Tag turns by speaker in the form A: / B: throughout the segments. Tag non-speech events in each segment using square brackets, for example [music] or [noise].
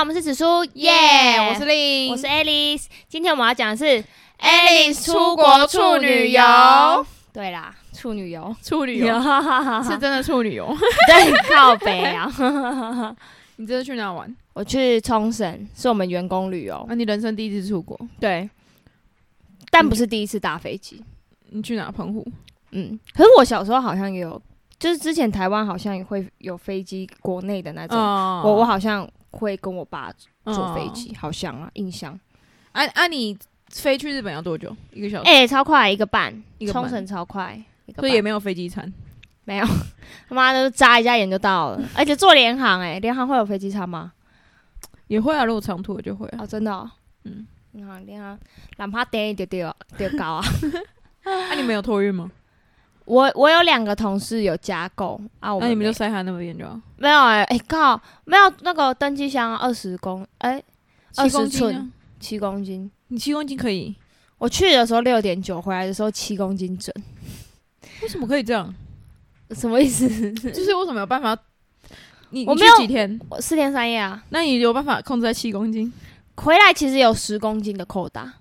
A: 我们是紫苏，耶、
B: 我是令，
A: 我是 Alice。今天我们要讲的是
B: Alice 出国处女游
A: 对啦，处女游，
B: [laughs] 处女
A: 有 [laughs]
B: 游，
A: 哈哈哈
B: 是
A: 哈，
B: 真的处女
A: [laughs]
B: 游。
A: 对，靠北啊！
B: 你这是去哪玩？
A: [laughs] 我去冲绳，是我们员工旅游
B: 啊，，你人生第一次出国，
A: 对，但不是第一次搭飞机，
B: 你去哪？澎湖？
A: 嗯，可是我小时候好像也有，就是之前台湾好像也会有飞机国内的那种，
B: 哦
A: 我我好像会跟我爸坐飞。
B: 嗯
A: 机，好像啊，印象。
B: 啊啊，你飞去日本要多久？一个小
A: 嗯
B: 时，
A: 哎、超快，一个半
B: 一，个半
A: 冲绳超快，一个
B: 所
A: 半
B: 以也没有飞机餐。
A: 没有，他妈的眨一下眼就到了，而且坐联航、哎，联航会有飞机餐吗？
B: 也会啊，如果长途的就会啊。
A: 哦，真的、哦，
B: 嗯
A: 嗯，联航联航，哪怕点一点点点高
B: [laughs]
A: 啊。
B: 那你们有托运吗？
A: 我我有两个同事有加购啊，我
B: 那
A: 们
B: 你们
A: 没
B: 就塞他那边就好。
A: 没有哎、哎、靠，没有那个登机箱二十公哎
B: 七
A: 20
B: 公斤啊
A: 寸，七公斤，
B: 你七公斤可以？
A: 我去的时候六点九，回来的时候七公斤准，
B: 为什么可以这样？
A: 什么意思？
B: 就是为什么有办法？你
A: 我
B: 你
A: 没
B: 去
A: 有
B: 几天？
A: 我四天三夜啊，
B: 那你有办法控制在七公斤？
A: 回来其实有十公斤的扣打，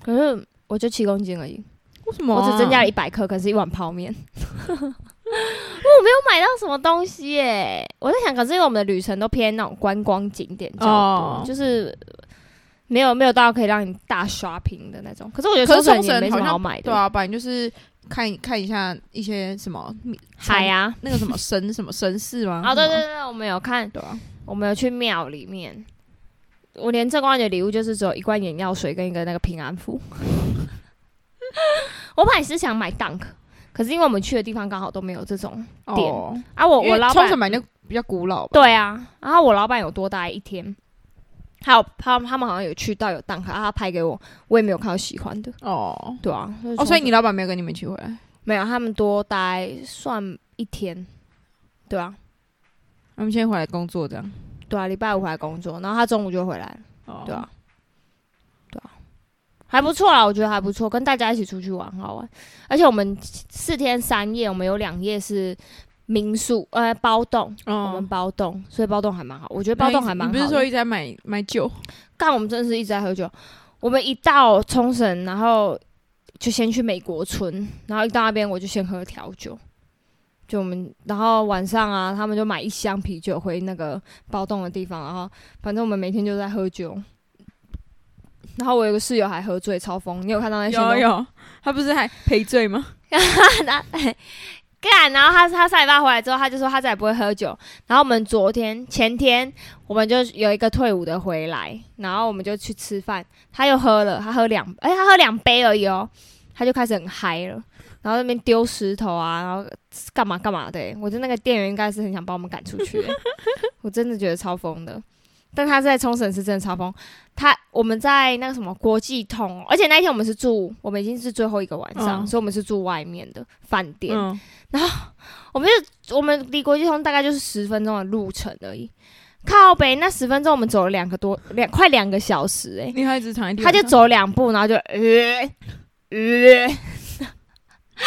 A: 可是我就七公斤而已，
B: 为什么啊？
A: 我只增加了一百克，可是一碗泡面。 [laughs] 我没有买到什么东西耶、我在想，可是因为我们的旅程都偏那种观光景点较多，
B: 哦
A: 就是没有没有到可以让你大刷屏的那种。可是我觉得
B: 可是
A: 冲绳
B: 冲绳
A: 也没什
B: 好
A: 么
B: 像
A: 好买
B: 对
A: 的，
B: 啊，不然就是看看一下一些什么
A: 海啊，
B: 那个什么神什么神寺吗？
A: 哦对对
B: 什么
A: 对，我们有看
B: 对啊，
A: 我们有去庙里面，我连正光的礼物就是只有一罐眼药水跟一个那个平安符。 [laughs] 我本来是想买 Dunk，可是因为我们去的地方刚好都没有这种
B: 哦，
A: 啊我，我
B: 因为
A: 老
B: 冲
A: 板
B: 绳买那比较古老吧，
A: 对啊，然后我老板有多待一天，还有他他们好像有去到有 Dunk，啊，他拍给我，我也没有看到喜欢的，
B: 哦
A: 对啊，就是
B: 哦，
A: 冲
B: 所以
A: 绳
B: 你老板没有跟你们一起回来啊，
A: 没有他们多待算一天，对啊，
B: 他们先回来工作这样，
A: 对啊，礼拜五回来工作，然后他中午就回来了。
B: 哦
A: 对啊，对啊，还不错啦，我觉得还不错，跟大家一起出去玩很好玩。而且我们四天三夜，我们有两夜是民宿，呃，包栋，我
B: 哦
A: 们，包栋，所以包栋还蛮好，我觉得
B: 那
A: 包
B: 一
A: 栋
B: 直
A: 还蛮好
B: 你不
A: 的。
B: 是说一直在买买酒？
A: 干，我们真的是一直在喝酒。我们一到冲绳，然后就先去美国村，然后一到那边我就先喝调酒。就我们，然后晚上啊，他们就买一箱啤酒回那个包栋的地方，然后反正我们每天就在喝酒。然后我有个室友还喝醉，超疯。你有看到那些？
B: 有。有，他不是还赔罪吗？
A: 他 [laughs] 干，然后他他上礼拜回来之后，他就说他再也不会喝酒。然后我们昨天前天我们就有一个退伍的回来，然后我们就去吃饭，他又喝了，他喝两，哎、他喝两杯而已哦，他就开始很嗨了，然后在那边丢石头啊，然后干嘛干嘛的、欸我觉得那个店员应该是很想把我们赶出去、欸 [laughs] 我真的觉得超疯的。但他在冲绳是真的超疯，他我们在那个什么国际通，而且那一天我们是住，我们已经是最后一个晚上，
B: 嗯
A: 所以我们是住外面的饭店。
B: 嗯，
A: 我们就我们离国际通大概就是十分钟的路程而已。靠北那十分钟我们走了两个多两快两个小时哎、
B: 你还一直躺在地
A: 他
B: 板
A: 就
B: 上，
A: 走两步，然后就呃呃， [laughs] 靠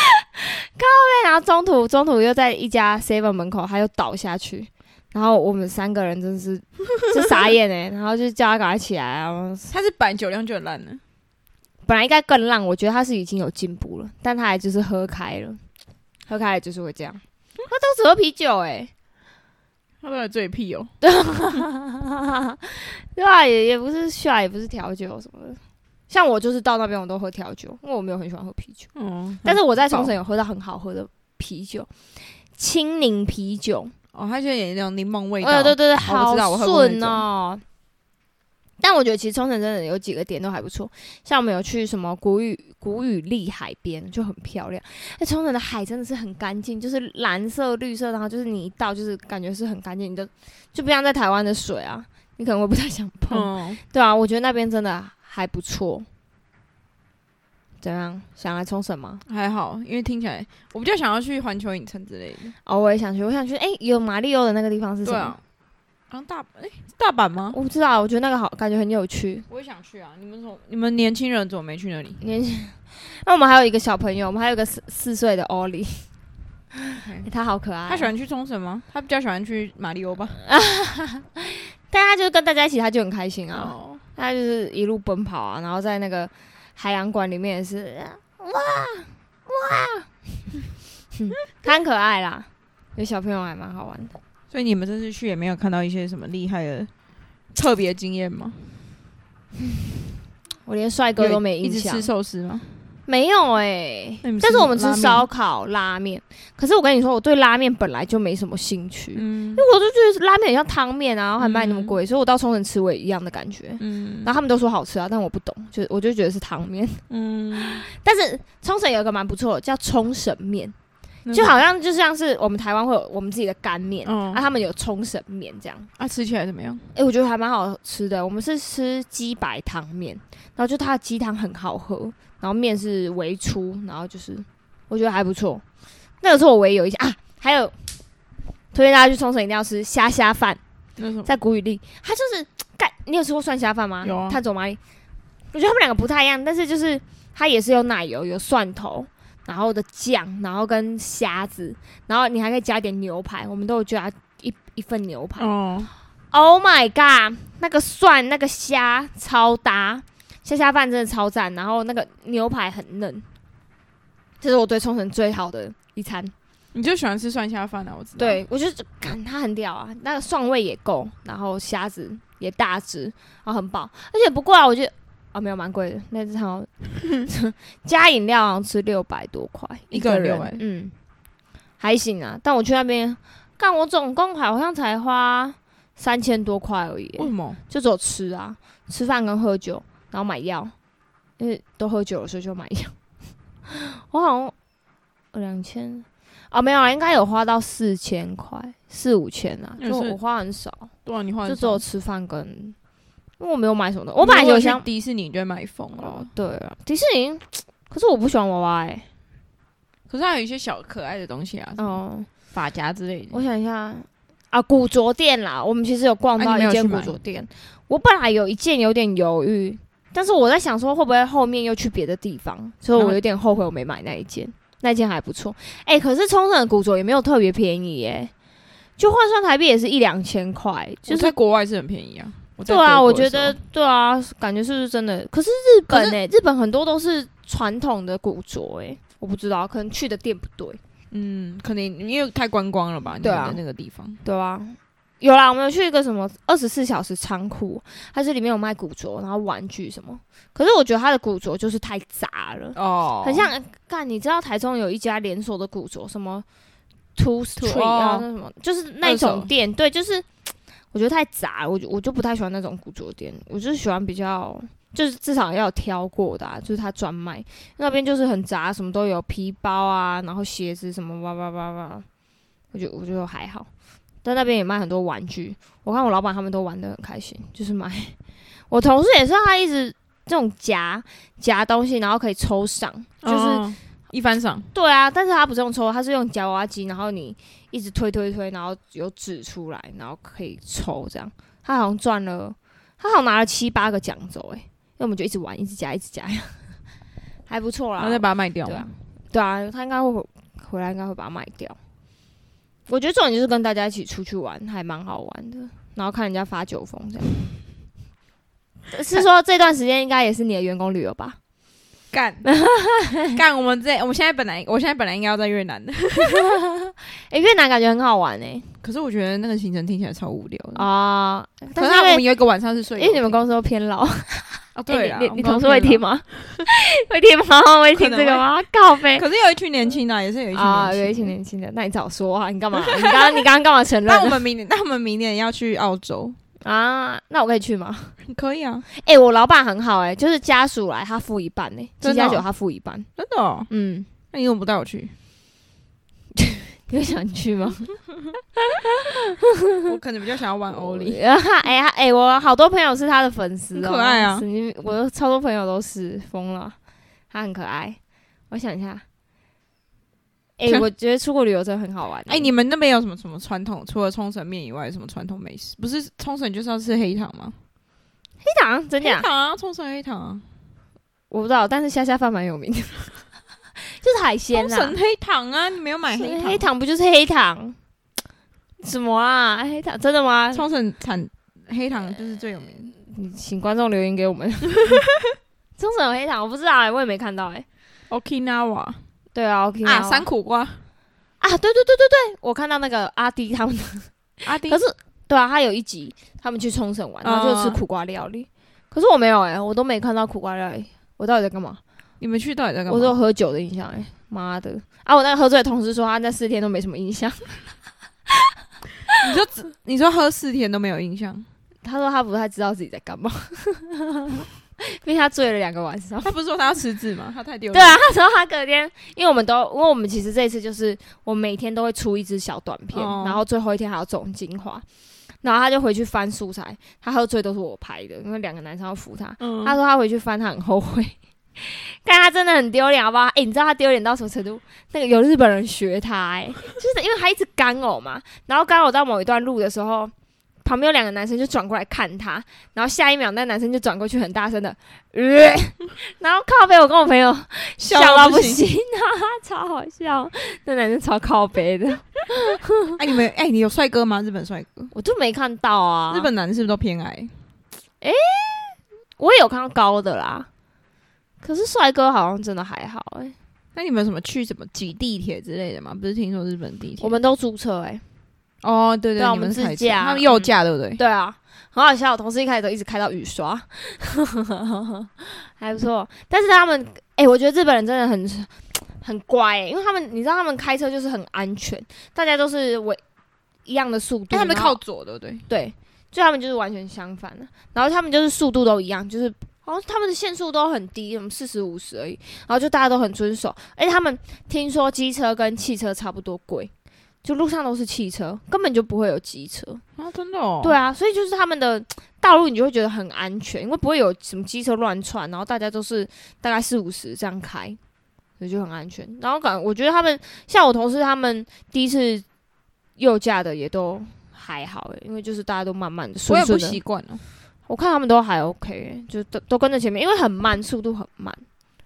A: 北，然后中途中途又在一家 seven 门口，他又倒下去，然后我们三个人真是就傻眼哎、然后就叫他赶快起来啊。
B: 他是摆酒量就很烂的，
A: 本来应该更浪，我觉得他是已经有进步了，但他还就是喝开了，喝开了就是会这样，他都只喝啤酒哎、
B: 他到底醉屁哦，
A: 对啊，也也不是下，也不是调酒什么的。像我就是到那边我都喝调酒，因为我没有很喜欢喝啤酒。
B: 嗯，
A: 但是我在冲绳有喝到很好喝的啤酒，青柠啤酒。
B: 哦，他现在有那种柠檬味
A: 哎
B: 道，
A: 呦对对对，
B: 哦我
A: 好
B: 知道我喝过那
A: 顺哦。但我觉得其实冲绳真的有几个点都还不错，像我们有去什么古雨古雨丽海边就很漂亮。那冲绳的海真的是很干净，就是蓝色、绿色，然后就是你一到就是感觉是很干净，你就就不像在台湾的水啊，你可能会不太想碰。
B: 嗯，
A: 对啊，我觉得那边真的还不错。怎样？想来冲绳吗？
B: 还好，因为听起来我比较想要去环球影城之类的。
A: 哦，我也想去，我想去。哎、有马里奥的那个地方是什
B: 对
A: 么？
B: 啊，好像大哎、大阪吗？
A: 我不知道，我觉得那个好，感觉很有趣。
B: 我也想去啊！你们怎么你们年轻人怎么没去那里？
A: 年轻，那我们还有一个小朋友，我们还有一个四四岁的欧里、 [laughs] 欸他好可爱哦、
B: 哎他喜欢去冲绳吗？他比较喜欢去马里欧吧？
A: 但他就是跟大家一起，他就很开心啊，
B: 哦，
A: 他就是一路奔跑啊，然后在那个海洋馆里面也是哇哇，他很可爱啦，有小朋友还蛮好玩的。
B: 所以你们这次去也没有看到一些什么厉害的特别经验吗？
A: 我连帅哥都没
B: 有一
A: 印
B: 直
A: 象
B: 吃，寿司吗？
A: 没有哎、
B: 那你们吃
A: 但是我们吃
B: 拉面
A: 烧烤、拉面，可是我跟你说，我对拉面本来就没什么兴趣，
B: 嗯
A: 因为我就觉得拉面很像汤面啊，然后还卖那么贵，所以我到冲绳吃我也一样的感觉。
B: 嗯
A: 然后他们都说好吃啊，但我不懂，就我就觉得是汤面。
B: 嗯，
A: 但是冲绳有一个蛮不错的，叫冲绳面，
B: 那
A: 就好像就像是我们台湾会有我们自己的干面，
B: 嗯
A: 啊，他们有冲绳面这样。
B: 啊，吃起来怎么样？
A: 哎、我觉得还蛮好吃的。我们是吃鸡白汤面，然后就它的鸡汤很好喝，然后面是微粗，然后就是我觉得还不错。那个是我唯一有一家啊，还有推荐大家去冲绳一定要吃虾虾饭，
B: 那什么？
A: 在古语丽，它就是干。你有吃过蒜虾饭吗？
B: 有啊
A: 它走马里，我觉得他们两个不太一样，但是就是它也是有奶油、有蒜头，然后的酱，然后跟虾子，然后你还可以加一点牛排，我们都有加一一份牛排。
B: 哦，
A: Oh my god！那个蒜、那个虾超搭，虾虾饭真的超赞。然后那个牛排很嫩，这是我对冲绳最好的一餐。
B: 你就喜欢吃蒜虾饭啊？我知道。，
A: 对我就是看它很屌啊，那个蒜味也够，然后虾子也大只，然后很饱，而且不贵啊，我觉得。啊、没有，蛮贵的。那只好 [laughs] 像加饮料好像吃六百多块
B: 一个
A: 个
B: 人
A: 人
B: 600，
A: 嗯，还行啊。但我去那边，干我总共好像才花三千多块而已耶、
B: 为什么？
A: 就只有吃啊，吃饭跟喝酒，然后买药，因为都喝酒了，所以就买药。 [laughs] 我好像两千啊，没有啊，应该有花到四千块，四五千啊，
B: 那
A: 就
B: 是
A: 我花很少，
B: 对啊，你换
A: 就只
B: 手
A: 有吃饭跟，因为我没有买什么的，我本来有
B: 有
A: 想
B: 迪士尼，你就会买疯
A: 哦
B: 了。，
A: 对啊，迪士尼，可是我不喜欢娃娃哎、
B: 可是还有一些小可爱的东西啊，
A: 哦、
B: 发夹之类的。
A: 我想一下啊，古着店啦，我们其实有逛
B: 啊
A: 到
B: 你没有
A: 一间
B: 去
A: 古
B: 买
A: 着店。我本来有一件有点犹豫，但是我在想说会不会后面又去别的地方，所以
B: 然后
A: 我有点后悔我没买那一件。那一件还不错，哎、可是冲绳的古着也没有特别便宜耶、就换算台币也是一两千块，就
B: 我
A: 是
B: 在国外是很便宜啊。我在
A: 对啊，
B: 德
A: 我
B: 国
A: 觉
B: 的时候
A: 得对啊，感觉是不是真的？可是日本
B: 可
A: 哎、日本很多都是传统的古着哎、我不知道，可能去的店不对。
B: 嗯，可能因为太观光了吧？你
A: 对啊
B: 们的那个地方，
A: 对啊，有啦，我们有去一个什么二十四小时仓库，它是里面有卖古着，然后玩具什么。可是我觉得它的古着就是太杂了，
B: 哦
A: 很像干。你知道台中有一家连锁的古着，什么 Two Street
B: 哦
A: 啊，那什么，就是那
B: 二手
A: 种店，对，就是我觉得太杂了，我就我就不太喜欢那种古着店，我就是喜欢比较。就是至少要有挑过的、啊，就是它专卖那边就是很杂，什么都有，皮包啊，然后鞋子什么哇哇哇哇，我觉得我觉得还好。但那边也卖很多玩具，我看我老板他们都玩的很开心，就是买。我同事也是，他一直这种夹夹东西，然后可以抽赏，就是、
B: 哦一番赏，
A: 对啊，但是他不是用抽，他是用夹娃娃机，然后你一直推推推，然后有纸出来，然后可以抽这样。他好像赚了，他好像拿了七八个奖走哎、欸，因为我们就一直玩，一直夹，一直夹， [laughs] 还不错
B: 然
A: 啦。
B: 后再把它卖掉
A: 对啊
B: 嘛。，
A: 对啊，他应该会回回来，应该会把它卖掉。我觉得重点就是跟大家一起出去玩，还蛮好玩的，然后看人家发酒疯
B: [laughs]
A: 这样。是说这段时间应该也是你的员工旅游吧？
B: 干
A: [laughs]
B: 干，我们这我们现在本来我现在本来应该要在越南的，
A: 诶，越南感觉很好玩哎、
B: 可是我觉得那个行程听起来超无聊的。
A: 啊、
B: 嗯可
A: 但
B: 是
A: 是因
B: 他我
A: 为
B: 们有一个晚上是睡游
A: 因
B: 艇，
A: 为你们公司都偏老，
B: 哦 [laughs] 对啊
A: 诶你
B: 我
A: 你
B: 们
A: 你
B: 公
A: 同
B: 司
A: 事会听吗？ [laughs] 会听吗？会听这个吗？告
B: 偏
A: 飞
B: 老？可是有一群年轻的啊，也是有一群
A: 啊，有一
B: 年轻
A: 群
B: 的。
A: 年轻的，那你早说啊！你干嘛？你刚刚你刚刚干嘛承
B: [laughs] 那我
A: 认
B: 们明年，那我们明年要去澳洲，
A: 啊？那我可以去吗？
B: 可以啊，
A: 哎、我老板很好哎、就是家属来他付一半哎、
B: 真
A: 七
B: 的
A: 加
B: 哦
A: 九他付一半。
B: 真的哦。
A: 嗯，
B: 那你怎么不带
A: [laughs]
B: 我去？
A: 你会想去
B: [laughs]
A: 吗？
B: 我可能比较想要玩欧力。
A: [laughs] 哎呀哎，我好多朋友是他的粉丝、哦，
B: 很可爱啊
A: 神经我有超多朋友都是疯了，他很可爱。我想一下，
B: [laughs]
A: 哎、我觉得出国旅游真的很好玩、欸
B: 哎、你们那边有什么什么传统？除了冲绳面以外，有什么传统美食？不是冲绳就是要吃黑糖吗？
A: 黑糖真
B: 黑
A: 假？
B: 糖啊，冲绳黑糖啊，
A: 我不知道，但是虾虾饭蛮有名的， [laughs] 就是海鲜
B: 冲
A: 啦。
B: 绳黑糖啊，你没有买黑
A: 是
B: 糖？
A: 黑糖不就是黑糖？什么啊？黑糖真的吗？
B: 冲绳产黑糖就是最有名。
A: 请观众留言给我们。 [laughs] 冲绳有黑糖，我不知道哎、我也没看到哎、
B: Okinawa
A: 对啊，OK
B: 啊，山苦瓜，
A: 啊，对对对对对，我看到那个阿迪他们，
B: 阿丁
A: 可是对啊，他有一集他们去冲绳玩，然后就吃
B: 嗯
A: 苦瓜料理。可是我没有哎、我都没看到苦瓜料理，我到底在干嘛？
B: 你们去到底在干嘛？
A: 我只有喝酒的印象哎、妈的！啊，我那个喝醉的同事说他那四天都没什么印象， [laughs]
B: 你就只你说喝四天都没有印象，
A: 他说他不太知道自己在干嘛， [laughs] 因为他醉了两个晚上。
B: 他不是说他要辞职吗？他太丢
A: 对
B: 脸。
A: 啊，他说他隔天，因为我们都，因为我们其实这一次就是我每天都会出一支小短片，
B: 哦
A: 然后最后一天还要总精华，然后他就回去翻素材，他喝醉都是我拍的，因为两个男生要扶他，
B: 嗯
A: 他说他回去翻，他很后悔。 [laughs] 但他真的很丢脸，好不好？哎、你知道他丢脸到什么程度？那个有日本人学他、哎，就是因为他一直干呕嘛，然后干呕到某一段路的时候，旁边有两个男生就转过来看他，然后下一秒那男生就转过去很大声的，呃，然后靠背，我跟我朋友
B: 笑
A: 笑到
B: 到
A: 不
B: 不
A: 行啊，超好笑，那男生超靠背的，
B: 哎，你们哎，你有帅哥吗？日本帅哥，
A: 我就没看到啊。
B: 日本男是不是都偏矮？
A: 我也有看到高的啦，可是帅哥好像真的还好哎、
B: 那你们有什么去什么挤地铁之类的吗？不是听说日本地铁？
A: 我们都租车哎、
B: 哦，对
A: 对啊
B: 你
A: 我们
B: 们是
A: 自
B: 开车
A: 驾
B: 他们右驾对不对？
A: 对啊，很好笑。我同事一开始都一直开到雨刷， [laughs] 还不错。但是他们，哎、我觉得日本人真的很很乖、欸，因为他们，你知道他们开车就是很安全，大家都是为一样的速度，
B: 哎，他们
A: 然后
B: 靠左对不对？
A: 对，就他们就是完全相反的。然后他们就是速度都一样，就是好像他们的限速都很低，什么四十五十而已。然后就大家都很遵守，而且他们听说机车跟汽车差不多贵，就路上都是汽车，根本就不会有机车。
B: 啊，真的哦。
A: 对啊，所以就是他们的道路，你就会觉得很安全，因为不会有什么机车乱窜，然后大家都是大概四五十这样开，所以就很安全。然后感我觉得他们像我同事他们第一次右驾的也都还好、欸，因为就是大家都慢慢的
B: 我
A: 顺
B: 也
A: 顺
B: 不
A: 的
B: 习。惯哦。
A: 我看他们都还 OK，、欸、就都都跟着前面，因为很慢，速度很慢，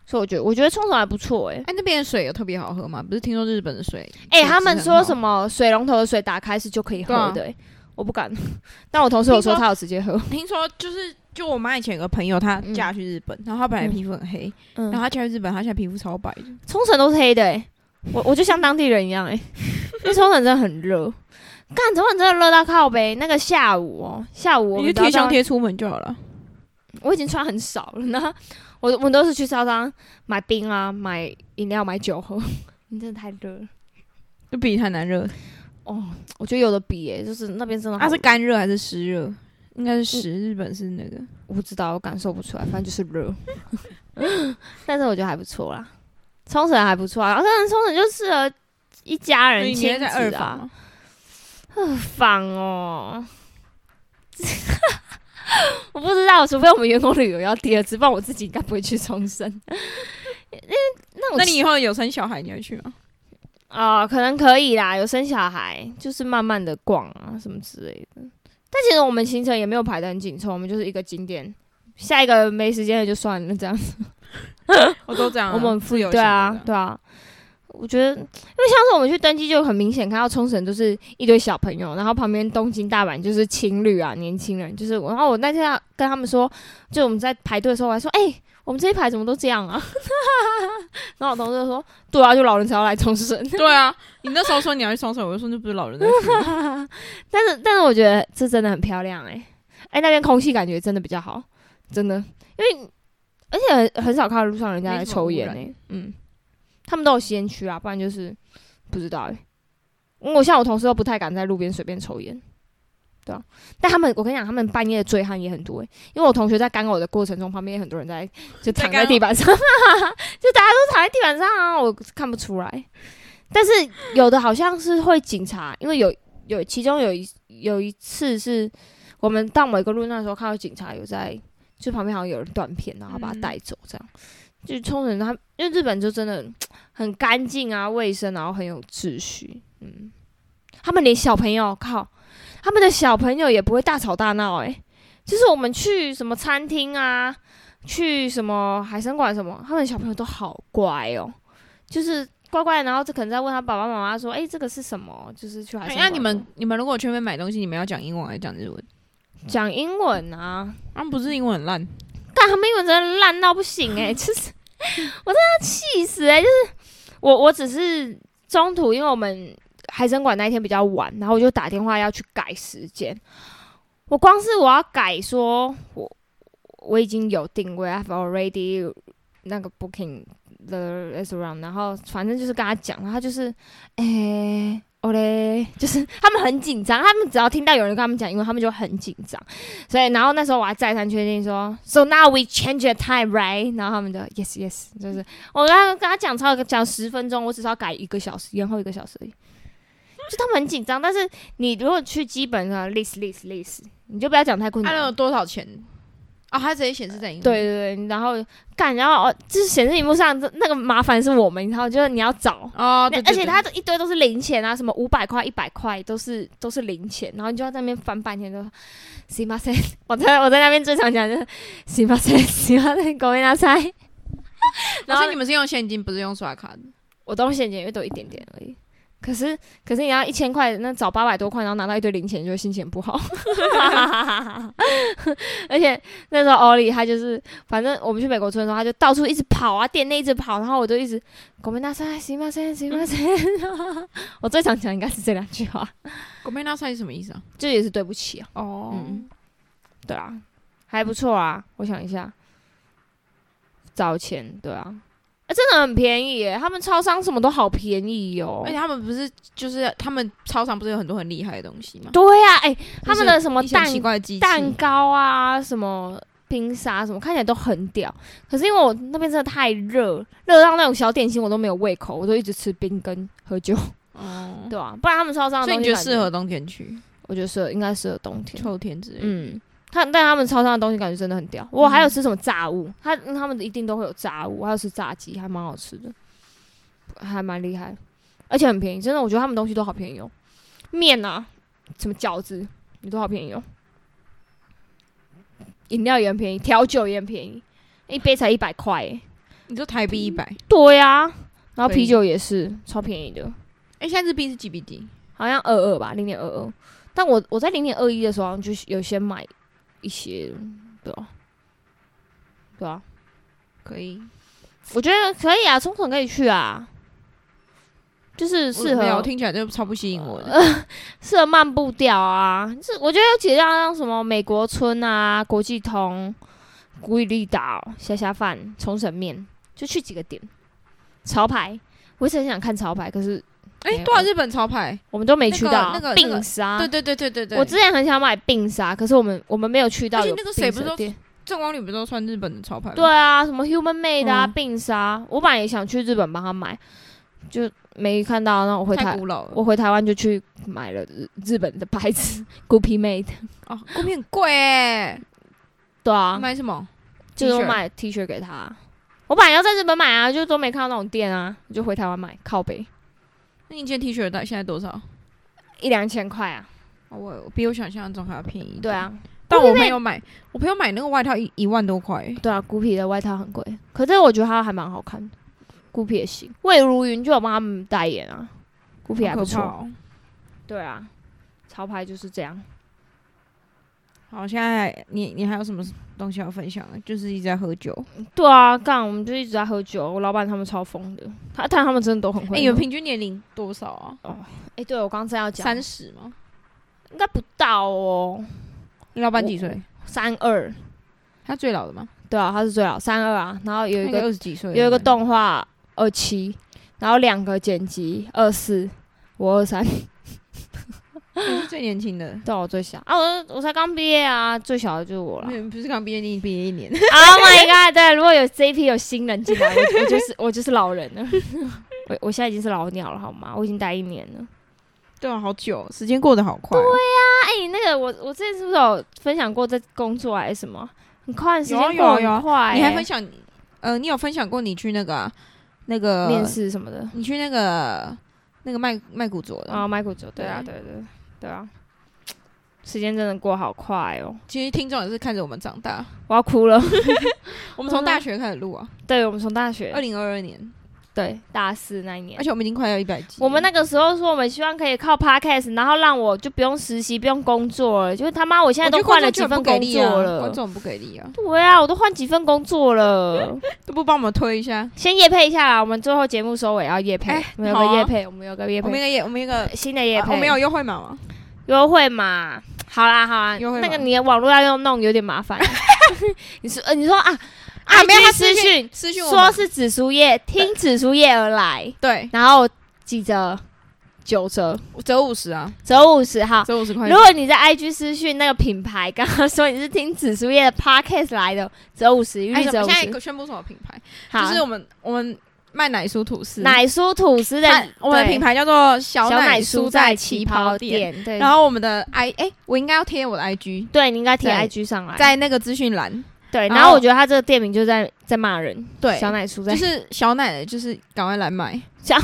A: 所以我觉得我觉得冲绳还不错诶、欸。
B: 哎，那边的水有特别好喝吗？不是听说日本的水？
A: 哎、他们说什
B: 么？
A: 么水龙头的水打开是就可以喝
B: 对啊
A: 的、欸，我不敢。 [laughs] 但我同事有
B: 听
A: 说
B: 说
A: 他有直接喝，
B: 听说就是，就我妈以前有个朋友，她嫁去日本，然后她本来皮肤很黑，
A: 嗯
B: 然后她嫁去日本，她现在皮肤超白的。
A: 冲绳都是黑的、欸，我我就像当地人一样、欸，因为冲绳真的很热，干冲绳真的热到靠背。那个下午哦、下午我
B: 你就
A: 们都要
B: 贴胸
A: 到
B: 贴出门就好了。
A: 我已经穿很少了， [laughs] 然后我我都是去超商买冰啊、买饮料、买酒喝。 [laughs] 你真的太热了，哦
B: 就比台南热，
A: 我觉得有的比、欸，就是那边真的好
B: 它是干热还是湿热？应该是湿，日本是那个。
A: 我不知道，我感受不出来，反正就是热。 [laughs] 但是我觉得还不错啦，冲绳还不错啊，然后但是冲绳就适合一家人
B: 你觉
A: 亲
B: 得
A: 子
B: 在二
A: 啊
B: 房。吗？
A: 房哦。 [laughs] 我不知道，除非我们员工旅游要第二次，不然我自己应该不会去冲绳。 [laughs] 那那种
B: 那你以后有生小孩，你会去吗？
A: 啊、可能可以啦，有生小孩就是慢慢的逛啊什么之类的。但其实我们行程也没有排得很紧凑，我们就是一个景点，下一个没时间了就算了这样。
B: 我都这样啊，
A: 我们很
B: 自由
A: 对啊
B: 行，动的
A: 对啊。我觉得，因为上次我们去登记就很明显看到冲绳就是一堆小朋友，然后旁边东京、大阪就是情侣啊、年轻人，就是我。然后我那天要跟他们说，就我们在排队的时候，我还说：“哎、我们这一排怎么都这样啊？” [laughs] 然后我同事就说：“对啊，就老人才要来冲绳。
B: [laughs] 对啊，你那时候说你要去冲绳，我就说那不是老人在 [laughs] 去吗。”
A: [laughs] 但是，但是我觉得这真的很漂亮哎、哎、那边空气感觉真的比较好，真的，因为而且很很少看到路上人家
B: 没
A: 在
B: 什么
A: 抽
B: 污
A: 烟哎、
B: 染
A: 嗯，他们都有吸烟区啊，不然就是不知道哎、因为我像我同事都不太敢在路边随便抽烟，对啊，但他们我跟你讲，他们半夜的醉汉也很多、欸，因为我同学在干呕的过程中，旁边也很多人在就躺在
B: 干呕
A: 地板上， [laughs] 就大家都躺在地板上啊，我看不出来。但是有的好像是会警察，因为有有其中有一有一次是我们到某一个路段的时候，看到警察有在，就旁边好像有人断片，然后把他
B: 嗯
A: 带走，这样、就冲绳他，因为日本就真的很干净啊、卫生，然后很有秩序，嗯，他们连小朋友靠他们的小朋友也不会大吵大闹，诶，就是我们去什么餐厅啊，去什么海参馆什么，他们小朋友都好乖哦，就是。乖乖的，然后这可能在问他爸爸妈妈说：“诶，这个是什么？”就是去海
B: 哎
A: 参馆。
B: 啊那你们你们如果去那边买东西，你们要讲英文还是讲日文？
A: 讲英文啊，
B: 他们不是英文很烂，
A: 但他们英文真的烂到不行哎、就是我真的要气死哎、就是我我只是中途，因为我们海参馆那一天比较晚，然后我就打电话要去改时间。我光是我要改说，我我已经有定位，I've already 那个 booking the restaurant，然后反正就是跟他讲，然后他就是诶，我、嘞，就是他们很紧张，他们只要听到有人跟他们讲英文，他们就很紧张。所以，然后那时候我还再三确定说，So now we change the time, right？然后他们就 Yes, Yes，就是我刚刚跟他讲超讲十分钟，我只是要改一个小时，延后一个小时而已。就他们很紧张，但是你如果去基本的 list list list，你就不要讲太困
B: 他
A: 难。
B: 能有多少钱？啊，他直接显示在英文。
A: 对，对对，然后干，然后哦，就是显示荧幕上这那个麻烦是我们，然后就是你要找，
B: 哦，对
A: 而且它的一堆都是零钱啊，什么五百块、一百块都是都是零钱，然后你就要在那边翻半天，就说“行吧，谁？” [laughs] 我在我在那边最常讲就是“行吧，谁？行吧，谁？狗没拿塞。
B: 然
A: 然后
B: 后你们是用现金，不是用刷卡的。
A: 我东西很简约，都一点点而已。可是可是你要一千块，那找八百多块，然后拿到一堆零钱，就会心情不好。而且那时候欧里他就是，反正我们去美国村的时候，他就到处一直跑啊，店内一直跑，然后我就一直“狗没拿塞，啊行吧，谁？行吧，谁？” [laughs] 我最常讲应该是这两句话。
B: 狗妹那算是什么意思啊？
A: 这也是对不起啊。
B: 哦
A: 嗯，对啊，还不错啊。我想一下，找钱，对啊，欸、真的很便宜耶。他们超商什么都好便宜哦
B: 而。且他们不是就是他们超常不是有很多很厉害的东西吗？
A: 对啊，哎、
B: 就是
A: 他们的什么
B: 一些
A: 蛋
B: 很奇怪哦的机器
A: 蛋糕啊，什么冰沙什么，看起来都很屌。可是因为我那边真的太热，热到那种小点心我都没有胃口，我都一直吃冰跟喝酒，
B: 哦，
A: 对啊，不然他们超商的
B: 所以
A: 东
B: 你
A: 西
B: 觉得嗯
A: 感觉
B: 适合？冬天去，
A: 我觉得适合，应该适合冬天。
B: 秋天之类的？
A: 嗯，他但他们超商的东西感觉真的很屌。我还有吃什么炸物，他他们一定都会有炸物，还有吃炸鸡，还蛮好吃的，还蛮厉害，而且很便宜。真的，我觉得他们东西都好便宜哦，面啊，什么饺子，你都好便宜哦。饮料也很便宜，调酒也很便宜，一杯才一百块耶。
B: 你说台币一百，
A: 对呀、然后
B: 可以
A: 啤酒也是超便宜的，
B: 哎，现在日币是几比几？
A: 好像二二吧，零点二二。但我我在零点二一的时候，好像就有先买一些，对啊，对啊，
B: 可以，
A: 我觉得可以啊，冲绳可以去啊，就是适
B: 我没有
A: 合呃
B: 听起来就超不吸引我的。
A: 适合漫步调啊。就是我觉得有几个像像什么美国村啊、国际通、古里利岛、虾虾饭、冲绳面，就去几个点。潮牌，我一直很想看潮牌，可是没
B: 哎，
A: 有
B: 多少日本潮牌？
A: 我们都没去到啊。
B: 那个那个那个
A: 病沙，
B: 对对对对对对，
A: 我之前很想买冰沙，可是我们我们没有去到
B: 而且
A: 有
B: 那个
A: 冰
B: 谁不
A: 沙
B: 是都
A: 店
B: 正光女不是都穿日本的潮牌吗？
A: 对啊，什么 Human Made 啊，
B: 嗯
A: 冰沙，我本来也想去日本帮他买，就没看到。那我回
B: 太
A: 台，
B: 古老了。
A: 我回台湾就去买了日日本的牌
B: 嗯
A: 子 [laughs] Gucci Made。
B: 哦，贡品很贵哎，
A: 对啊，
B: 买什么？
A: 就是我
B: T 恤
A: 买 T 恤给他。我本来要在日本买啊，就都没看到那种店啊，我就回台湾买，靠北
B: 那你一件 T 恤大现在多少？
A: 一两千块啊。
B: 哦我我比我想象中还要便宜。
A: 对，啊，
B: 但我朋友买，我朋友买那个外套一一万多块欸，
A: 对啊，Gucci 的外套很贵，可是我觉得它还蛮好看的。Gucci 也行，魏如云就有帮他们代言啊，Gucci 还不
B: 好可怕
A: 错。
B: 哦。
A: 对啊，潮牌就是这样。
B: 好，现在你你还有什么东西要分享的？就是一直在喝酒。
A: 对啊，干，我们就一直在喝酒。我老板他们超疯的，他但他们真的都很会
B: 哎、
A: 喝。
B: 你们平均年龄多少啊？
A: 哎对我刚刚正要讲，
B: 三十吗？
A: 应该不到哦，
B: 你老板几岁？
A: 三二。
B: 他最老的吗？
A: 对啊，他是最老三二啊。然后有一
B: 那个
A: 个
B: 二十几岁，
A: 有一个，动画二七，然后两个剪辑二四，我二三，
B: 你是最年轻的。
A: [laughs] 对啊我最小啊，我我才刚毕业啊，最小的就是我 [laughs] 了。
B: 你不是刚毕业，你毕业一年。 [laughs]
A: Oh my god！对，如果有这一批有新人进来，我我就是我就是老人了。 [laughs] 我我现在已经是老鸟了，好吗？我已经待一年了。
B: 对啊，好久，时间过得好快、对
A: 啊，哎、那个我我之前是不是有分享过在工作还是什么？很快，时间
B: 有啊
A: 过
B: 有啊
A: 很快、欸
B: 你还分
A: 享
B: 享，呃，你有分享过你去那个啊、那个
A: 面，试什么的
B: 你去那个那个麦麦古佐的、
A: 啊？麦古酒，对啊，对对对啊，时间真的过好快哦，
B: 其实听众也是看着我们长大，
A: 我要哭了。 [laughs]
B: 我们从大学开始录啊，
A: 对我们从大学
B: 二零二二年。
A: 对，大四那一年
B: 而。且我们已经快要一百集了，
A: 我们那个时候说，我们希望可以靠 podcast，然后让我就不用实习，不用工作了。就是他妈，我现在
B: 我
A: 都
B: 觉得
A: 换
B: 观
A: 了
B: 众
A: 几
B: 就
A: 份
B: 很不
A: 工
B: 给力
A: 作
B: 啊
A: 了
B: 观。众很不给力啊，
A: 对啊，我都换几份工作了。 [laughs]
B: 都不帮我们推一下。
A: 先夜配一下啦，我们最后节目收尾要夜配
B: 哎，
A: 我们有
B: 好
A: 个
B: 啊
A: 夜配，我们有个夜
B: 我们
A: 配，
B: 一个也，我们一个，
A: 新的夜
B: 啊
A: 配，
B: 我们有优惠码吗？
A: 优惠嘛？好啦好啦，
B: 优惠
A: 那
B: 码
A: 个你的网络要用弄有点麻
B: [laughs]
A: 烦。你说呃，你说啊
B: 啊没有
A: IG
B: 他
A: 私
B: 私
A: 讯
B: 讯私讯我
A: 说
B: 们
A: 是紫苏叶，听紫苏叶而来，
B: 对，
A: 然后几折？九折，
B: 折五十啊，
A: 折五十哈。
B: 折五十块
A: 如。果你在 IG 私讯那个品牌，刚刚说你是听紫苏叶的 podcast 来的，折五十，一
B: 哎，
A: 律
B: 我
A: 折
B: 们
A: 五
B: 现
A: 十。
B: 在宣布什么品牌？
A: 好
B: 就是，我们我们卖奶酥吐司，
A: 奶酥吐司的
B: 它，我们的
A: 对
B: 品牌叫做小
A: 小奶
B: 酥
A: 酥
B: 在
A: 在
B: 起
A: 起
B: 跑
A: 跑
B: 点。
A: 点，对，
B: 然后我们的 I 哎，我应该要贴我的 IG，
A: 对你应该贴
B: 对
A: IG 上来，
B: 在那个资讯栏，
A: 对。
B: 然
A: 然后我
B: 后
A: 觉得他这个店名就在在骂人，
B: 对
A: 小奶酥在
B: 就是小奶的，就是赶快来买。
A: [laughs] 小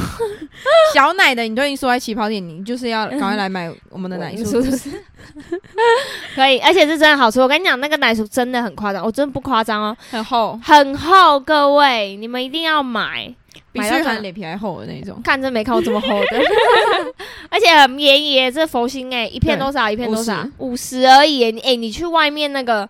B: 小奶的，你都已经说在起跑点，你就是要赶快来买
A: [laughs]
B: 我们的奶酥吐司。
A: 可以，而且是真的好吃。我跟你讲，那个奶酥真的很夸张，我真的不夸张哦，
B: 很厚，
A: 很厚，各位你们一定要买。
B: 比
A: 买
B: 苏
A: 到
B: 玉
A: 真
B: 涵
A: 的
B: 脸皮还厚的
A: [laughs]
B: 那种，
A: 看真没看过这么厚
B: [laughs]
A: 的，而且很便宜耶，这佛心哎，一片
B: 对
A: 多少？一片多少？五十而已耶。你哎、你去外面那个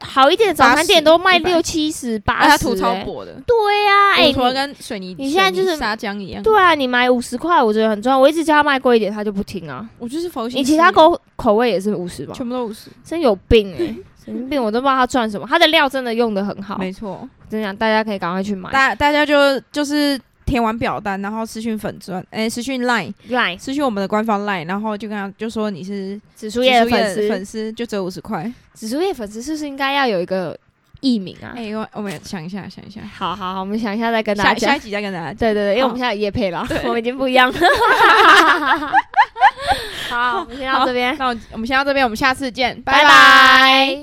A: 好一点的早餐店
B: 80
A: 都卖
B: 100
A: 六七十、八
B: 而且
A: 十，欸
B: 它涂啊超薄的，
A: 对呀、哎、
B: 哎，涂得
A: 你
B: 跟水泥
A: 你现在就是
B: 水泥砂浆一样。
A: 对啊，你买五十块，我觉得很赚。我一直叫他卖贵一点，他就不听啊。
B: 我就是佛心，
A: 你其他口口味也是五十吧？
B: 全部都五十，
A: 真有病哎、
B: [laughs]
A: 神经病！我都不知道他赚什么，他的料真的用的很好，
B: 没错。
A: 真的，大家可以赶快去买。
B: 大大家就就是填完表单，然后私讯粉砖，哎，私讯 Line，
A: 来，
B: 私讯我们的官方 Line，然后就跟他就说你是
A: 紫苏叶的粉
B: 紫苏
A: 丝
B: 叶的粉，丝就只有五十块。
A: 紫苏叶粉丝是不是应该要有一个艺名啊？
B: 哎，我我们想一下，想一下，
A: 好好好，我们想一下再跟大
B: 下
A: 家
B: 下
A: 讲
B: 一。集再跟大家讲。
A: 对对对，因为我们
B: 好
A: 现在有叶配了，
B: 对
A: 我们已经不一
B: [laughs]
A: 样了。好，我们先到这边，
B: 那我我们先到这边，我们下次见，
A: 拜
B: 拜拜
A: 拜。